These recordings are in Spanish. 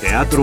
Teatro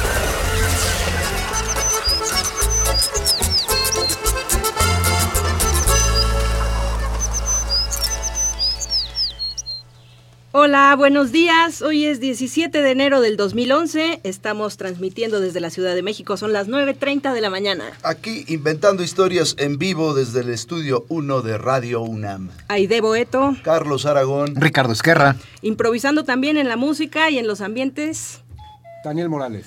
Hola, buenos días. Hoy es 17 de enero del 2011. Estamos transmitiendo desde la Ciudad de México. Son las 9.30 de la mañana. Aquí inventando historias en vivo desde el estudio 1 de Radio UNAM. Aide Boeto, Carlos Aragón. Ricardo Esquerra. improvisando también en la música y en los ambientes, Daniel Morales.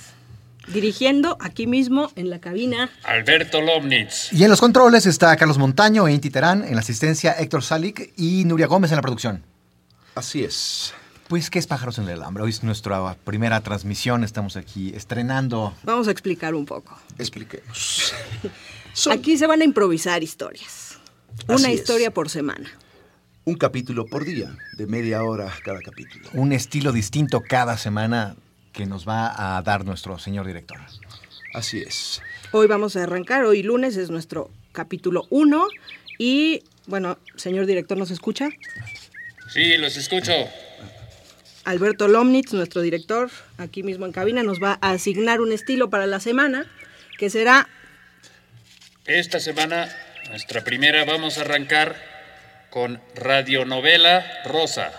dirigiendo aquí mismo en la cabina. Alberto Lomnitz. Y en los controles está Carlos Montaño e Inti Terán, en la asistencia Héctor Salic y Nuria Gómez en la producción. Así es. Pues, ¿qué es Pájaros en el Alambre? Hoy es nuestra primera transmisión, estamos aquí estrenando. Vamos a explicar un poco. Expliquemos. Son Aquí se van a improvisar historias. Una Así es. historia por semana. un capítulo por día, de media hora cada capítulo. un estilo distinto cada semana que nos va a dar nuestro señor director. Así es. Hoy vamos a arrancar, hoy lunes es nuestro capítulo 1 y, bueno, señor director, ¿nos escucha? Sí, los escucho. Alberto Lomnitz, nuestro director, aquí mismo en cabina, nos va a asignar un estilo para la semana, que será, Esta semana, nuestra primera, vamos a arrancar con Radionovela Rosa.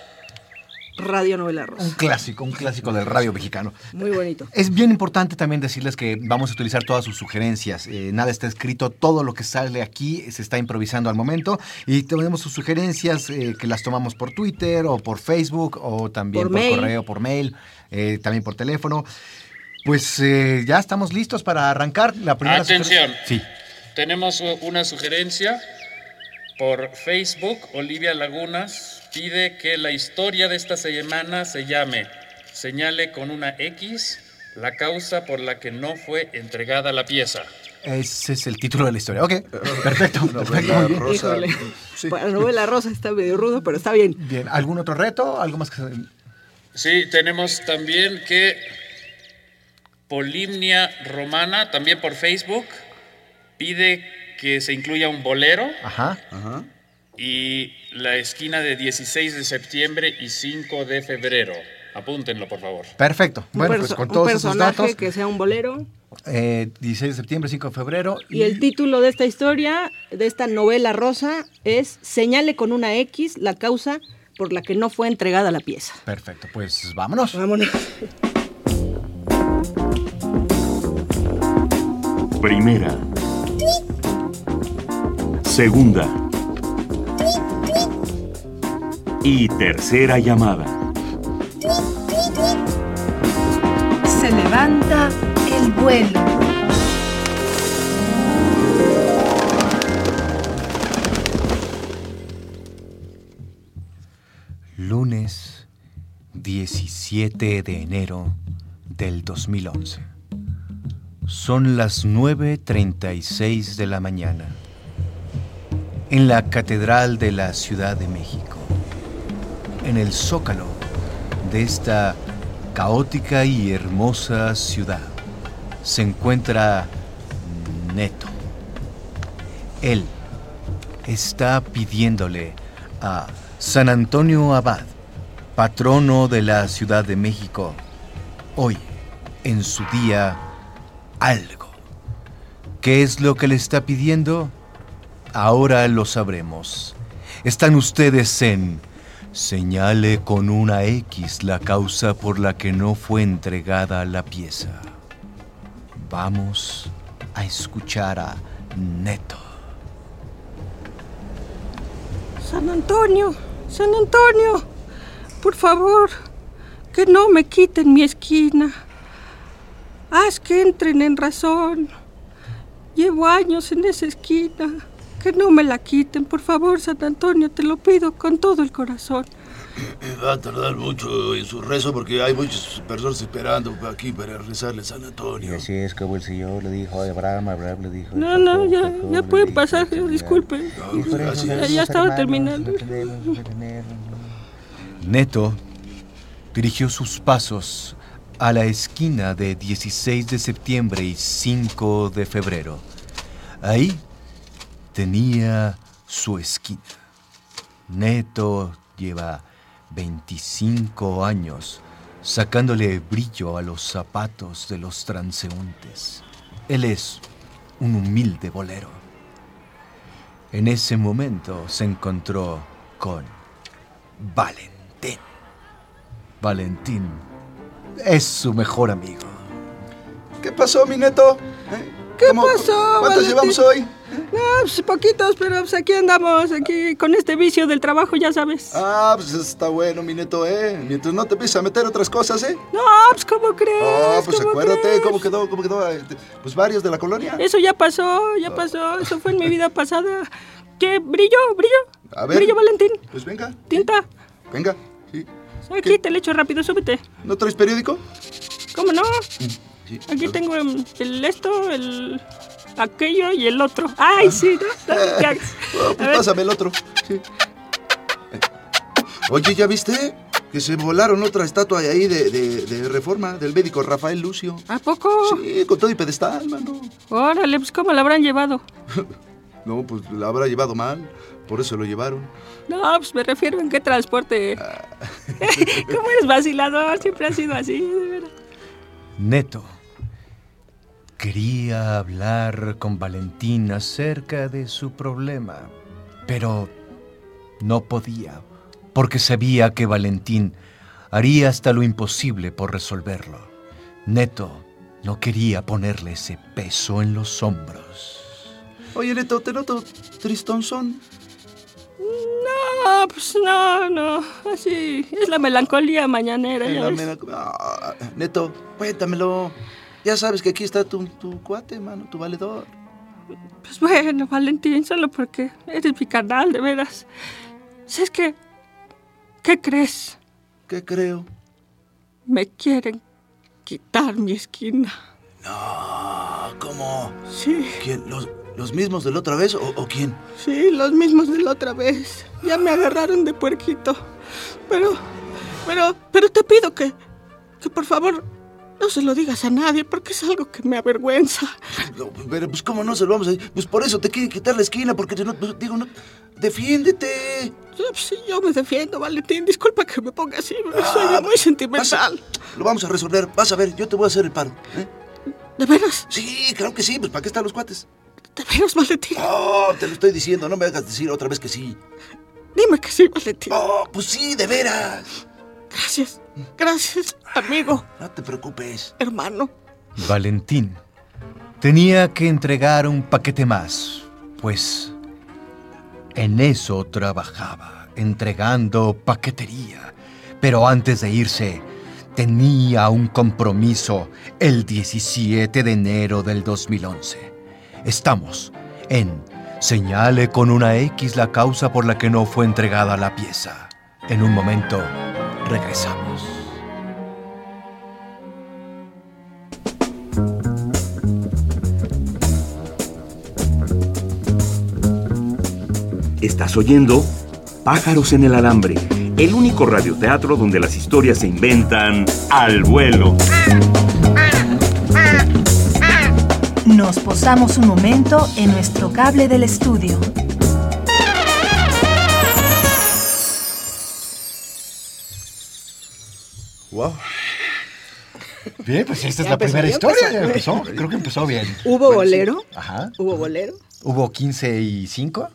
Radionovela Un Rosa. clásico, un clásico del radio mexicano. Muy bonito. Es bien importante también decirles que vamos a utilizar todas sus sugerencias. Eh, nada está escrito, todo lo que sale aquí se está improvisando al momento. Y tenemos sus sugerencias eh, que las tomamos por Twitter o por Facebook o también Por por, mail. correo, por mail, eh, también por teléfono. Pues eh, ya estamos listos para arrancar la primera. suger- Atención. Sí. Tenemos u- una sugerencia por Facebook. Olivia Lagunas pide que la historia de esta semana se llame Señale con una X la causa por la que no fue entregada la pieza. Ese es el título de la historia. Ok, perfecto. Una pues perfecto, novela muy bien. rosa. Híjole. Sí. Bueno, novela rosa está medio rudo, pero está bien. Bien, ¿algún otro reto? ¿Algo más que.? Sí, tenemos también que Polimnia Romana, también por Facebook, pide que se incluya un bolero Ajá. Ajá. y la esquina de 16 de septiembre y 5 de febrero. Apúntenlo, por favor. Perfecto. Un Bueno, perso- pues con un todos esos personaje datos. que sea un bolero. eh, 16 de septiembre, 5 de febrero. Y el título de esta historia, de esta novela rosa, es Señale con una X la causa por la que no fue entregada la pieza. Perfecto, pues vámonos. Vámonos. Primera. Segunda. Y tercera llamada. Se levanta el vuelo. Lunes 17 de enero del 2011. Son las 9.36 de la mañana. En la Catedral de la Ciudad de México. En el zócalo de esta caótica y hermosa ciudad se encuentra Neto. Él está pidiéndole a San Antonio Abad, patrono de la Ciudad de México, hoy, en su día, algo. ¿Qué es lo que le está pidiendo? Ahora lo sabremos. Están ustedes en... Señale con una X la causa por la que no fue entregada la pieza. Vamos a escuchar a Neto. San Antonio, San Antonio, por favor, que no me quiten mi esquina. Haz que entren en razón. Llevo años en esa esquina. Que no me la quiten, por favor, San Antonio, te lo pido con todo el corazón. Eh, Va a tardar mucho en su rezo porque hay muchas personas esperando aquí para rezarle a San Antonio. es como el Señor le dijo a Abraham, Abraham le dijo. No, no, ya, ya pueden pasar, disculpen. Ya, ya estaba terminando. Neto dirigió sus pasos a la esquina de 16 de septiembre y 5 de febrero. Ahí tenía su esquina. Neto lleva 25 años sacándole brillo a los zapatos de los transeúntes. Él es un humilde bolero. En ese momento se encontró con Valentín. Valentín es su mejor amigo. ¿Qué pasó, mi neto? ¿Eh? ¿Qué ¿Cómo- pasó, ¿Cuántos Valentín? llevamos hoy? No, pues poquitos, pero pues, aquí andamos, aquí con este vicio del trabajo, ya sabes. Ah, pues está bueno, mi neto, ¿eh? Mientras no te empieces a meter otras cosas, ¿eh? No, pues ¿cómo crees? Ah, pues ¿Cómo acuérdate crees? cómo quedó, cómo quedó. eh, te- Pues varios de la colonia. Eso ya pasó, ya pasó, eso fue en mi vida pasada. ¿Qué? ¿Brillo? ¿Brillo? A ver. Brillo, Valentín. Pues venga, Tinta. venga. sí. Aquí ¿Qué? te le echo rápido, súbete. ¿No traes periódico? ¿Cómo no? Sí. Aquí tengo em, el esto, el aquello y el otro. ¡Ay, sí! ¿no? No, ya. Ah, A pues ver, pásame el otro. sí. Eh, Oye, ¿ya viste? Que se volaron otra estatua de ahí de, de- de reforma del médico Rafael Lucio. ¿A poco? Sí, con todo y pedestal, mano. Órale, pues ¿cómo la habrán llevado? No, pues la habrá llevado mal. Por eso lo llevaron. No, pues me refiero en qué transporte. Ah. ¿Cómo eres vacilador? Siempre has sido así, de veras. Neto quería hablar con Valentín acerca de su problema, pero no podía, porque sabía que Valentín haría hasta lo imposible por resolverlo. Neto no quería ponerle ese peso en los hombros. Oye, Neto, te noto tristonzón. No, pues no, no. Así es la melancolía mañanera. En ya la ves. mera- Ah, Neto, cuéntamelo. Ya sabes que aquí está tu, tu cuate, mano, tu valedor. Pues bueno, Valentín, solo porque eres mi carnal, de veras. Si es que. ¿Qué crees? ¿Qué creo? Me quieren quitar mi esquina. No, ¿cómo? Sí, ¿Quién? ¿Los, los mismos de la otra vez o, o quién? sí, los mismos de la otra vez. Ya me agarraron de puerquito. Pero. Pero. Pero te pido que. Que por favor. No se lo digas a nadie porque es algo que me avergüenza. No, pero pues cómo no se lo vamos a decir. Pues por eso te quieren quitar la esquina, porque no, pues, digo, no, defiéndete. No, pues Sí, yo me defiendo, Valentín. Disculpa que me ponga así, pero soy muy sentimental. Lo vamos Ah, a resolver. Vas a ver, yo te voy a hacer el paro. ¿eh? ¿De veras? Sí, claro que sí. Pues ¿para qué están los cuates? ¿De veras, Valentín? Oh, te lo estoy diciendo. No me hagas decir otra vez que sí. Dime que sí, Valentín. Oh, pues sí, de veras. Gracias, gracias, amigo, No te preocupes. hermano. Valentín tenía que entregar un paquete más, pues en eso trabajaba, entregando paquetería. Pero antes de irse, tenía un compromiso el 17 de enero del 2011. Estamos en Señale con una X la causa por la que no fue entregada la pieza. En un momento, regresamos. Estás oyendo Pájaros en el Alambre, el único radioteatro donde las historias se inventan al vuelo. Nos posamos un momento en nuestro cable del estudio. Wow. Bien, pues esta es la primera historia. Ya empezó. Creo que empezó bien. ¿Hubo bolero? Ajá. ¿Hubo bolero? ¿Hubo 15 y 5?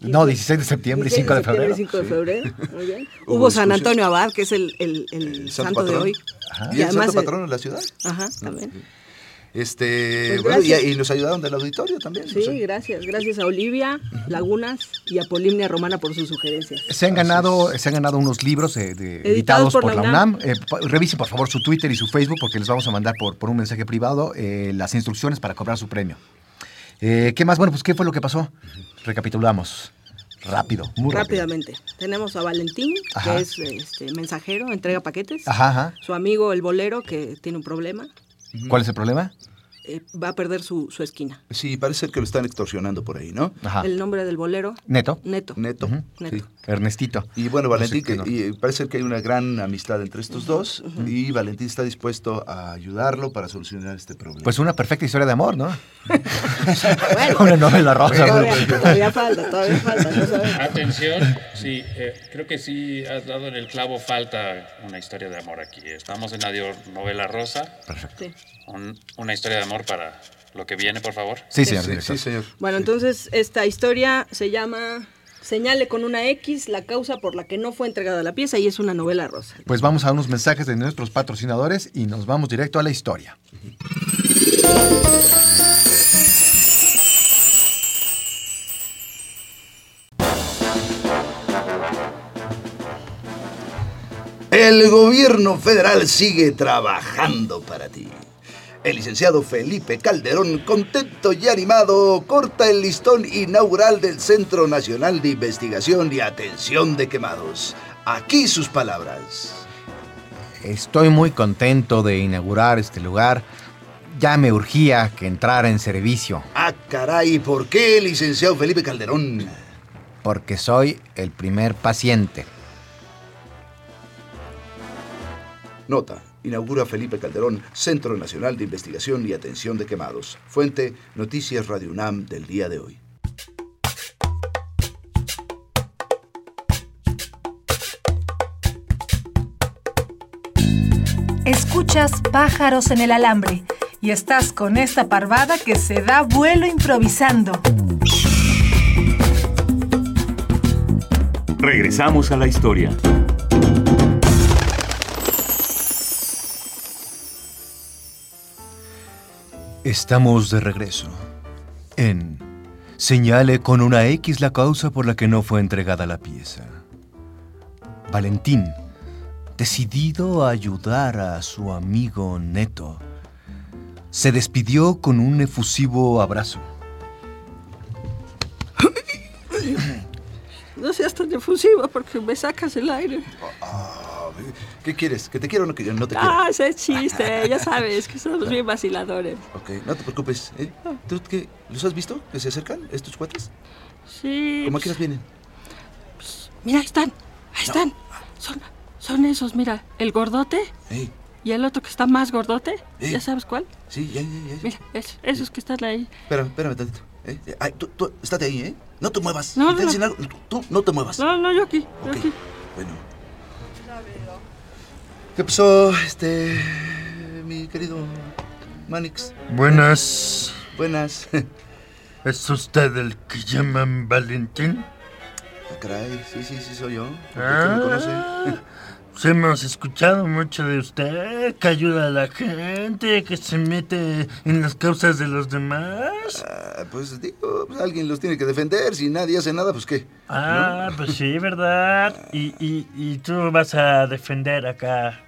No, 16 de septiembre y 5 de febrero. 5 de febrero. muy bien. Hubo Hubo San excursiones. Antonio Abad, que es el, el- el El santo santo, de patrón. hoy. Ah, ¿Y el santo además, eh, patrón de la ciudad? Ajá, también. Este, Pues bueno, y, gracias. y nos ayudaron del auditorio también. Sí, no sé. gracias. Gracias a Olivia, Lagunas y a Polimnia Romana por sus sugerencias. Se han, ganado, se han ganado unos libros eh, de- editados por, la UNAM. Eh, pa- revisen por favor su Twitter y su Facebook porque les vamos a mandar por, por un mensaje privado eh, las instrucciones para cobrar su premio. Eh, ¿Qué más? Bueno, pues ¿qué fue lo que pasó? Recapitulamos. Rápido, muy rápido. Rápidamente. Tenemos a Valentín, Ajá. que es eh, este, mensajero, entrega paquetes. Ajá, ajá. Su amigo el bolero, que tiene un problema. ¿Cuál es el problema? eh, va a perder su, su esquina. Sí, parece ser que lo están extorsionando por ahí, ¿no? Ajá. El nombre del bolero, Neto. Neto. Neto. Ujú. Neto. sí. Ernestito. Y bueno, Valentín, No sé qué que- y parece ser que hay una gran amistad entre estos dos y Valentín está dispuesto a ayudarlo para solucionar este problema. Pues una perfecta historia de amor, ¿no? Bueno. una novela rosa. pues, Todavía, todavía falta, todavía falta. no sabemos. Atención, sí, eh, creo que sí has dado en el clavo falta una historia de amor aquí. Estamos en la dio- novela rosa. este. Sí. Un- una historia de amor para lo que viene, por favor. Sí, señor. sí, director. sí, señor. Bueno, entonces esta historia se llama Señale con una X la causa por la que no fue entregada la pieza y es una novela rosa. Pues vamos a unos mensajes de nuestros patrocinadores y nos vamos directo a la historia. El gobierno federal sigue trabajando para ti. El licenciado Felipe Calderón, contento y animado, corta el listón inaugural del Centro Nacional de Investigación y Atención de Quemados. Aquí sus palabras. Estoy muy contento de inaugurar este lugar. Ya me urgía que entrara en servicio, Ah, caray, ¿por qué, licenciado Felipe Calderón? porque soy el primer paciente. Nota. Inaugura Felipe Calderón, Centro Nacional de Investigación y Atención de Quemados. Fuente, Noticias Radio UNAM del día de hoy. Escuchas pájaros en el alambre y estás con esta parvada que se da vuelo improvisando. Regresamos a la historia. Estamos de regreso en Señale con una X la causa por la que no fue entregada la pieza. Valentín, decidido a ayudar a su amigo Neto, se despidió con un efusivo abrazo. No seas tan efusiva porque me sacas el aire. ¿Qué quieres? ¿Que te quiero o no, que no te quiero? Ah, ese es chiste, ya sabes que somos bien vaciladores. Ok, no te preocupes. ¿eh? ¿Tú qué? ¿Los has visto? ¿Que se acercan estos cuates? Sí. ¿Cómo pues, quieras vienen? Mira, ahí están, ahí están. Son, son esos, mira, el gordote Ey, y el otro que está más gordote. Sí. ¿Ya sabes cuál? sí, ya, ya, ya. Mira, es- esos que están ahí. Espérame, espérame tantito. ¿eh? Ay, tú, tú, estate ahí, ¿eh? No te muevas. No, Si te no, dicen algo, tú, tú no te muevas. No, no, yo aquí, yo Ok, aquí. bueno. ¿Qué pasó, este, mi querido Manix? Buenas. Buenas. Ah, ¿Es usted el que llaman Valentín? Ah, Caray, sí, sí, sí, soy yo. ¿Por qué Ah, me conoce? sí hemos escuchado mucho de usted, que ayuda a la gente, que se mete en las causas de los demás. Ah, pues digo, pues, alguien los tiene que defender. Si nadie hace nada, pues qué. Ah, pues sí, ¿verdad? Y, y, y tú vas a defender acá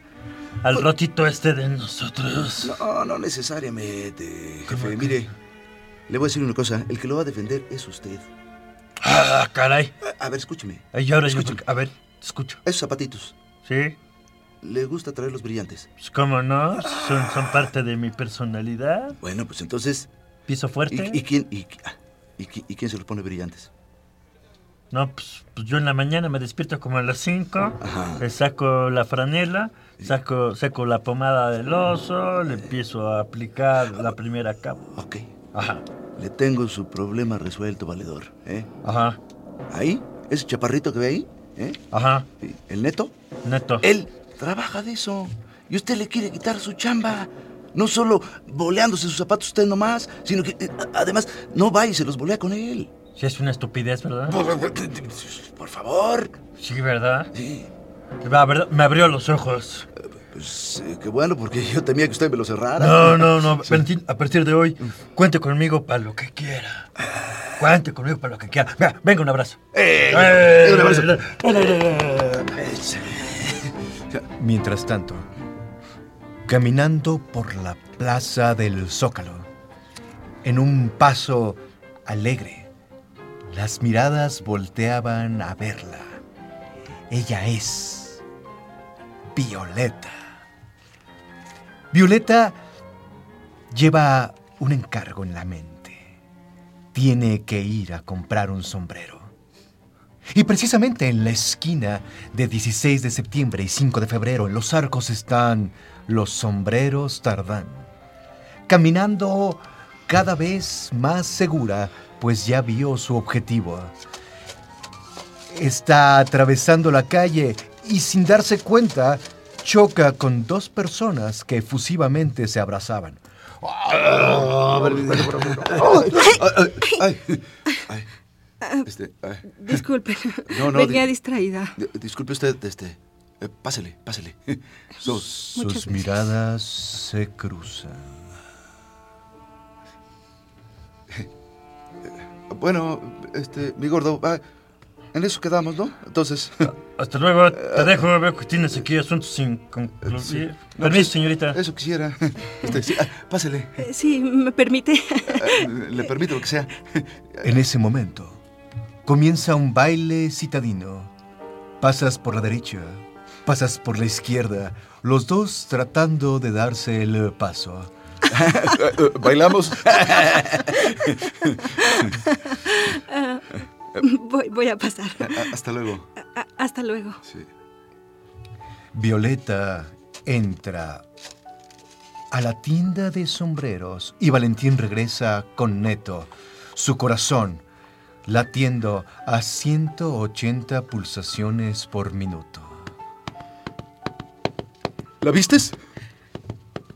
al rotito este de nosotros. Pues No, no necesariamente, jefe. Mire, le voy a decir una cosa. El que lo va a defender es usted. Ah, caray. A, a ver, escúcheme. Ay, ahora yo, Escucha. a ver, te escucho. Esos zapatitos, ¿Sí? le gusta traer los brillantes. Pues cómo no, son, son parte de mi personalidad. Bueno, pues entonces, Piso fuerte. ¿y, y quién, y, qui- ah, y qui- y quién se los pone brillantes? No, pues, pues yo en la mañana me despierto como a las 5, Ajá. saco la franela, saco, saco la pomada del oso, le empiezo a aplicar la primera capa. Ok, Ajá, le tengo su problema resuelto, valedor. ¿eh? ajá, Ahí, ese chaparrito que ve ahí, ¿eh? ajá, Sí, el neto, neto. él trabaja de eso. Y usted le quiere quitar su chamba. No solo boleándose sus zapatos usted nomás, sino que eh, a- además no va y se los bolea con él. Sí, es una estupidez, ¿verdad? Por favor. Sí, ¿verdad? Sí. La verdad, Me abrió los ojos. Pues eh, qué bueno, porque yo temía que usted me lo cerrara. No, no, no, Valentín, a partir de hoy, cuente conmigo para lo que quiera. Cuente conmigo para lo que quiera. Vea, venga, un abrazo. Eh, Eh, un abrazo. Mientras tanto, caminando por la plaza del Zócalo, en un paso alegre, las miradas volteaban a verla. Ella es Violeta. Violeta lleva un encargo en la mente. Tiene que ir a comprar un sombrero. Y precisamente en la esquina de 16 de septiembre y 5 de febrero, en los arcos están los sombreros Tardán. Caminando cada vez más segura, pues ya vio su objetivo. Está atravesando la calle y sin darse cuenta choca con dos personas que efusivamente se abrazaban. eh. Ay, ay, Ah, este, ay. Disculpe, No, no, venía di- distraída. di- disculpe usted, este. eh, pásele, pásele. So- Sus miradas se cruzan. Bueno, este, mi gordo, ah, en eso quedamos, ¿no? Entonces. Hasta luego, te dejo, veo que tienes aquí asuntos sin concluir. sí. No, Permiso, señorita. Eso quisiera. Este, sí, ah, pásele. Eh, Sí, me permite. Ah, Le permito lo que sea. En ese momento, comienza un baile citadino. Pasas por la derecha, pasas por la izquierda, los dos tratando de darse el paso. ¿Bailamos? Ah, voy, voy a pasar. ah, Hasta luego. Ah, Hasta luego. Violeta entra a la tienda de sombreros y Valentín regresa con Neto, su corazón latiendo a 180 pulsaciones por minuto. ¿La vistes?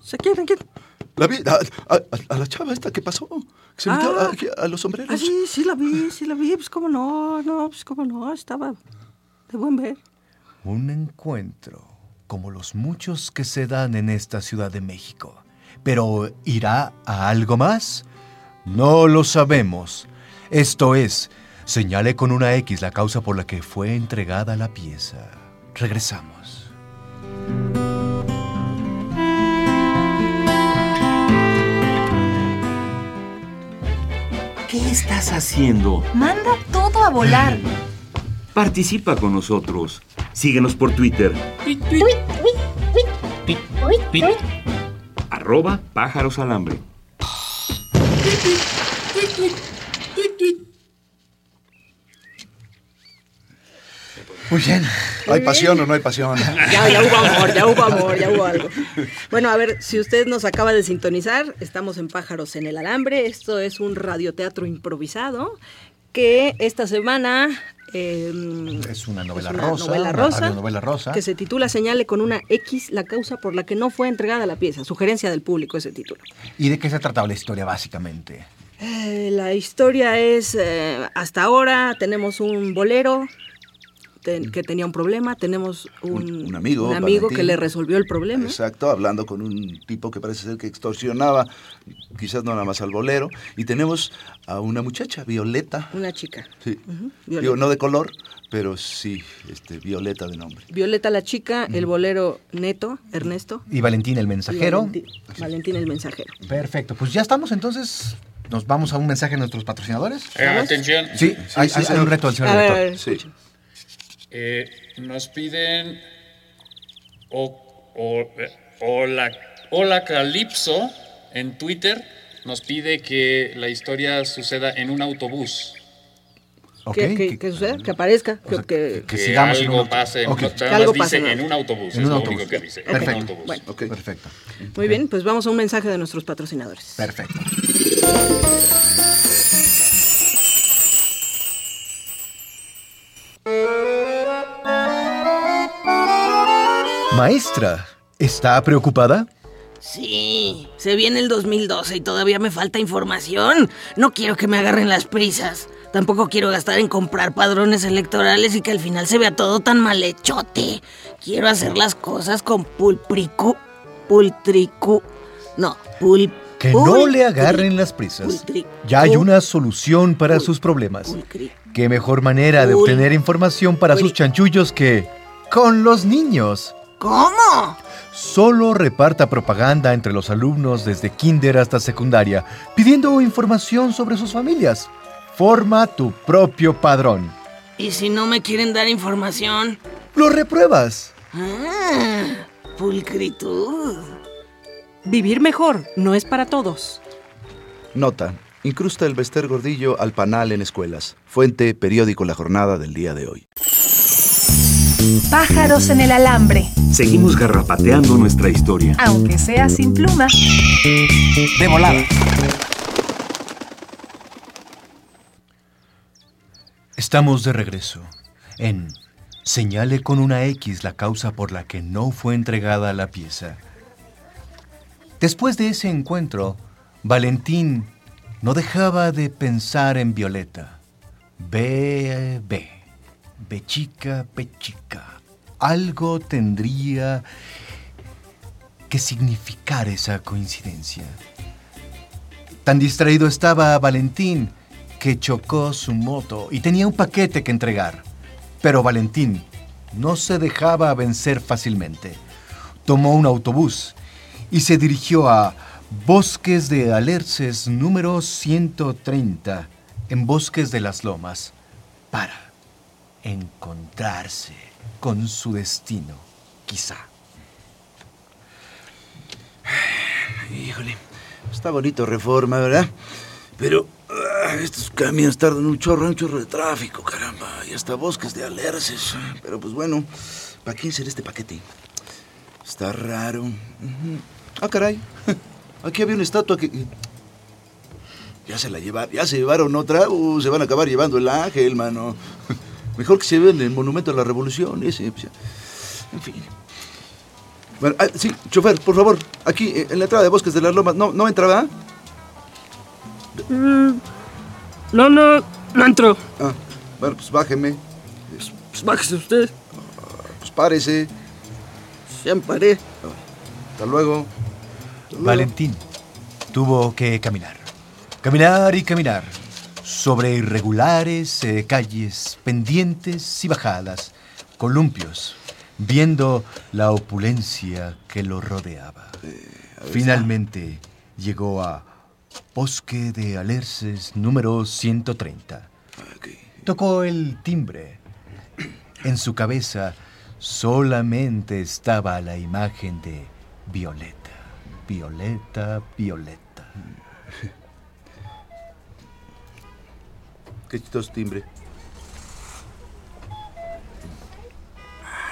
¿Se quieren que.? La vi, a, a- a la chava esta, ¿qué pasó? Que se metió Ah. aquí a, los sombreros. Ah, sí, sí la vi, sí la vi. Pues cómo no, no, pues cómo no. Estaba de buen ver. Un encuentro como los muchos que se dan en esta Ciudad de México. Pero ¿irá a algo más? No lo sabemos. Esto es, señale con una X la causa por la que fue entregada la pieza. Regresamos. ¿Qué estás haciendo? Manda todo a volar. Participa con nosotros. Síguenos por Twitter, arroba pájaros alambre. Muy bien. ¿Hay pasión o no hay pasión? Ya, ya hubo amor, ya hubo amor, ya hubo algo. Bueno, a ver, si usted nos acaba de sintonizar, estamos en Pájaros en el Alambre. Esto es un radioteatro improvisado que esta semana... eh, Es una novela es una rosa. novela una rosa, radionovela rosa. que se titula Señale con una X la causa por la que no fue entregada la pieza. Sugerencia del público ese título. ¿Y de qué se trataba la historia, básicamente? Eh, la historia es, eh, hasta ahora tenemos un bolero ten- que tenía un problema, tenemos un, Un amigo. un amigo Valentín. que le resolvió el problema. Exacto, hablando con un tipo que parece ser que extorsionaba, quizás no nada más al bolero. Y tenemos a una muchacha, Violeta. Una chica. Sí. Ujú, Violeta. Digo, no de color, pero sí, este, Violeta de nombre. Violeta la chica, el bolero Neto, Ernesto. Y Valentín el y mensajero. Valenti- Valentín, el mensajero. Perfecto, pues ya estamos entonces. Nos vamos a un mensaje de nuestros patrocinadores. Eh, atención. Sí, hay, sí, hay- sí. hay un reto al señor A ver, director. a ver, Sí. Eh, nos piden o, o, eh, Hola, Hola Calipso en Twitter. Nos pide que la historia suceda en un autobús. Ok, ¿Qué, qué- que- qué sucede? Que aparezca. que- sea, que- que Que sigamos en un algo auto- pase. Ok, no, nada Que algo más pase, dice ¿no? en un autobús. En es un lo autobús. único que dice. En Perfecto. un autobús. Bueno. Ok. perfecto, Muy bien, pues vamos a un mensaje de nuestros patrocinadores. perfecto. Maestra, ¿está preocupada? Sí, se viene el 2012 y todavía me falta información. No quiero que me agarren las prisas. Tampoco quiero gastar en comprar padrones electorales y que al final se vea todo tan malhechote. Quiero hacer las cosas con pulpricu, pultricu, no, pul... Que no pul- le agarren las prisas. pulcri- Ya hay pul- una solución para pul- sus problemas. pulcri- ¿Qué mejor manera de Pul- obtener información para sus pulcri- chanchullos que con los niños? ¿Cómo? Solo reparta propaganda entre los alumnos desde kinder hasta secundaria, pidiendo información sobre sus familias. Forma tu propio padrón. ¿Y si no me quieren dar información? Lo repruebas. Ah, pulcritud. Vivir mejor no es para todos. Nota. Incrusta el Bester Gordillo al panal en escuelas. Fuente, periódico La Jornada del día de hoy. Pájaros en el alambre, Seguimos garrapateando nuestra historia. aunque sea sin pluma. De volada. Estamos de regreso en Señale con una X la causa por la que no fue entregada la pieza. Después de ese encuentro, Valentín no dejaba de pensar en Violeta. Ve, ve, ve chica, ve chica. Algo tendría que significar esa coincidencia. Tan distraído estaba Valentín que chocó su moto y tenía un paquete que entregar. Pero Valentín no se dejaba vencer fácilmente. Tomó un autobús y se dirigió a Bosques de Alerces número 130 en Bosques de las Lomas para encontrarse con su destino, quizá. Híjole. Está bonito Reforma, ¿verdad? Pero ah, estos caminos tardan un chorro, un chorro de tráfico, caramba. Y hasta bosques de alerces. Pero pues bueno, ¿para quién será este paquete? Está raro. Ujú. Ah, caray. Aquí había una estatua que... eh, Ya se la llevaron, ya se llevaron otra o se van a acabar llevando el ángel, mano. Mejor que se vean el monumento a la revolución, ese. pues, ya. En fin. Bueno, ah, sí, chofer, por favor, aquí, eh, en la entrada de Bosques de las Lomas. No, no entra, ¿verdad? No, no, no entro. Ah, bueno, pues bájeme. Pues bájese usted. Pues párese. Se amparé. Hasta luego. Valentín tuvo que caminar. Caminar y caminar. Sobre irregulares eh, calles, pendientes y bajadas, columpios, viendo la opulencia que lo rodeaba. Finalmente llegó a Bosque de Alerces número 130. Tocó el timbre. En su cabeza solamente estaba la imagen de Violeta. Violeta, Violeta. Qué chistoso timbre.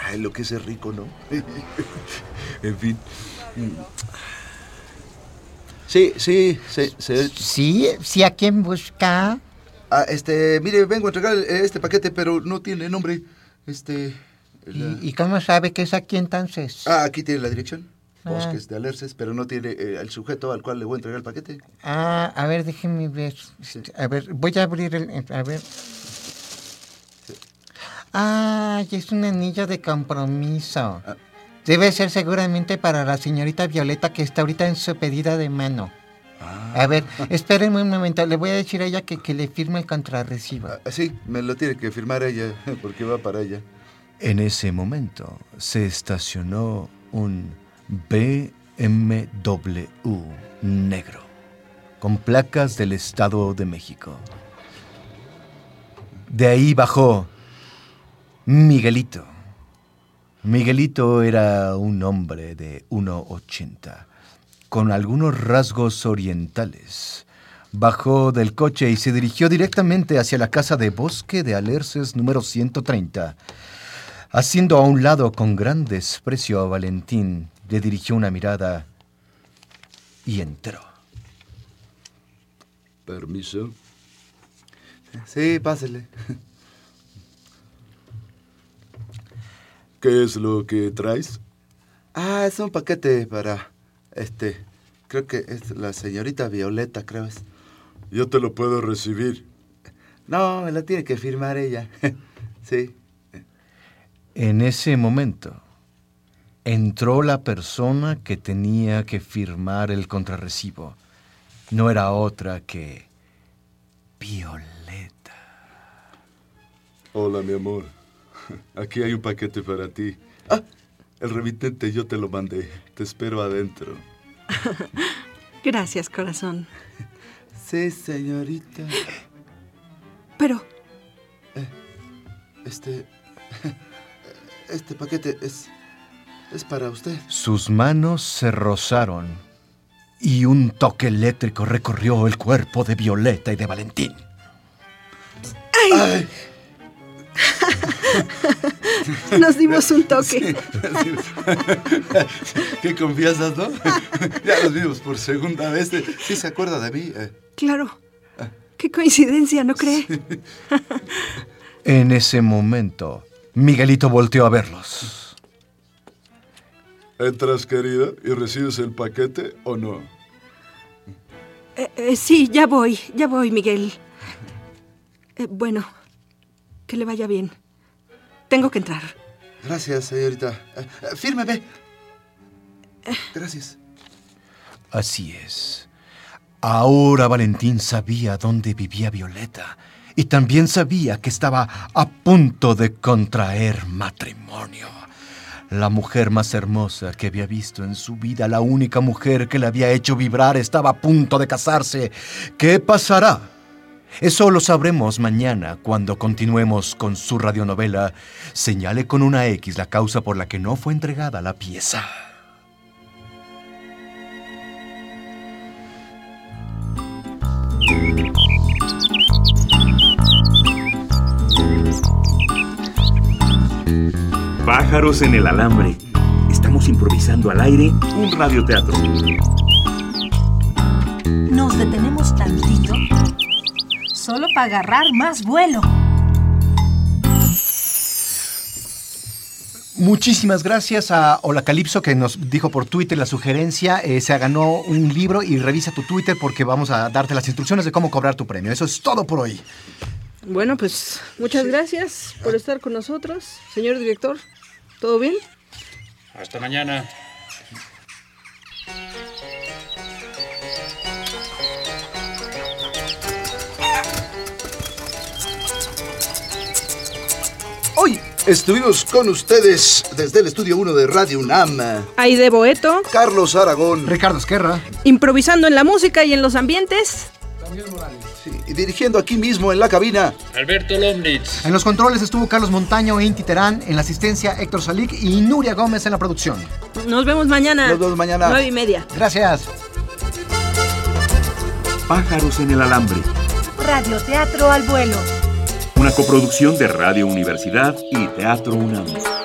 Ay, lo que es rico, ¿no? en fin. Sí, sí, sí, sí. Sí, sí, ¿a quién busca? Ah, este, mire, vengo a entregar eh, este paquete, pero no tiene nombre. Este. la- ¿Y, y cómo sabe que es aquí entonces? Ah, aquí tiene la dirección. Ah. Bosques de Alerces, pero no tiene eh, el sujeto al cual le voy a entregar el paquete. Ah, a ver, déjeme ver. Este, A ver, voy a abrir el... el- A ver. Ah, es un anillo de compromiso. Debe ser seguramente para la señorita Violeta que está ahorita en su pedida de mano. A ver, espérenme un momento. Le voy a decir a ella que, que le firme el contrarrecibo. Ah, sí, me lo tiene que firmar ella, porque va para ella. En ese momento se estacionó un BMW negro con placas del Estado de México. De ahí bajó Miguelito. Miguelito era un hombre de 1,80, con algunos rasgos orientales. Bajó del coche y se dirigió directamente hacia la casa de Bosque de Alerces número 130. Haciendo a un lado con gran desprecio a Valentín, le dirigió una mirada y entró. Permiso. Sí, pásele. ¿Qué es lo que traes? Ah, es un paquete para, este, creo que es la señorita Violeta, creo es. Yo te lo puedo recibir. No, me la tiene que firmar ella. sí. En ese momento, entró la persona que tenía que firmar el contrarrecibo. No era otra que Violeta. Hola, mi amor. Aquí hay un paquete para ti. Ah. El remitente yo te lo mandé. Te espero adentro. Gracias, corazón. Sí, señorita. Pero, Este, este paquete es, es para usted. Sus manos se rozaron y un toque eléctrico recorrió el cuerpo de Violeta y de Valentín. ¡Ay! Nos dimos un toque. Qué confianza, ¿no? ya los vimos por segunda vez. ¿Sí se acuerda de mí? Eh, Claro. Qué coincidencia, ¿no cree? En ese momento, Miguelito volteó a verlos. ¿Entras, querida, y recibes el paquete o no? Eh, eh, sí, ya voy, ya voy, Miguel. Eh, bueno, que le vaya bien. Tengo que entrar. Gracias, señorita. Eh, eh, Fírmeme. Gracias. Así es. Ahora Valentín sabía dónde vivía Violeta y también sabía que estaba a punto de contraer matrimonio. La mujer más hermosa que había visto en su vida, la única mujer que le había hecho vibrar, estaba a punto de casarse. ¿Qué pasará? Eso lo sabremos mañana cuando continuemos con su radionovela. Señale con una X la causa por la que no fue entregada la pieza. Pájaros en el alambre. Estamos improvisando al aire un radioteatro. Nos detenemos tantito solo para agarrar más vuelo. Muchísimas gracias a Hola Calipso que nos dijo por Twitter la sugerencia. eh, se ganó un libro y revisa tu Twitter porque vamos a darte las instrucciones de cómo cobrar tu premio. Eso es todo por hoy. Bueno, pues muchas gracias por estar con nosotros, señor director. ¿Todo bien? Hasta mañana. Hoy estuvimos con ustedes desde el estudio 1 de Radio UNAM. Aide Boeto, Carlos Aragón. Ricardo Esquerra. improvisando en la música y en los ambientes. Y dirigiendo aquí mismo en la cabina. Alberto Lomnitz. En los controles estuvo Carlos Montaño e Inti Terán, en la asistencia Héctor Salic y Nuria Gómez en la producción. Nos vemos mañana. Nos vemos mañana. Nueve y media. Gracias. Pájaros en el alambre. Radioteatro al vuelo. Una coproducción de Radio Universidad y Teatro UNAM.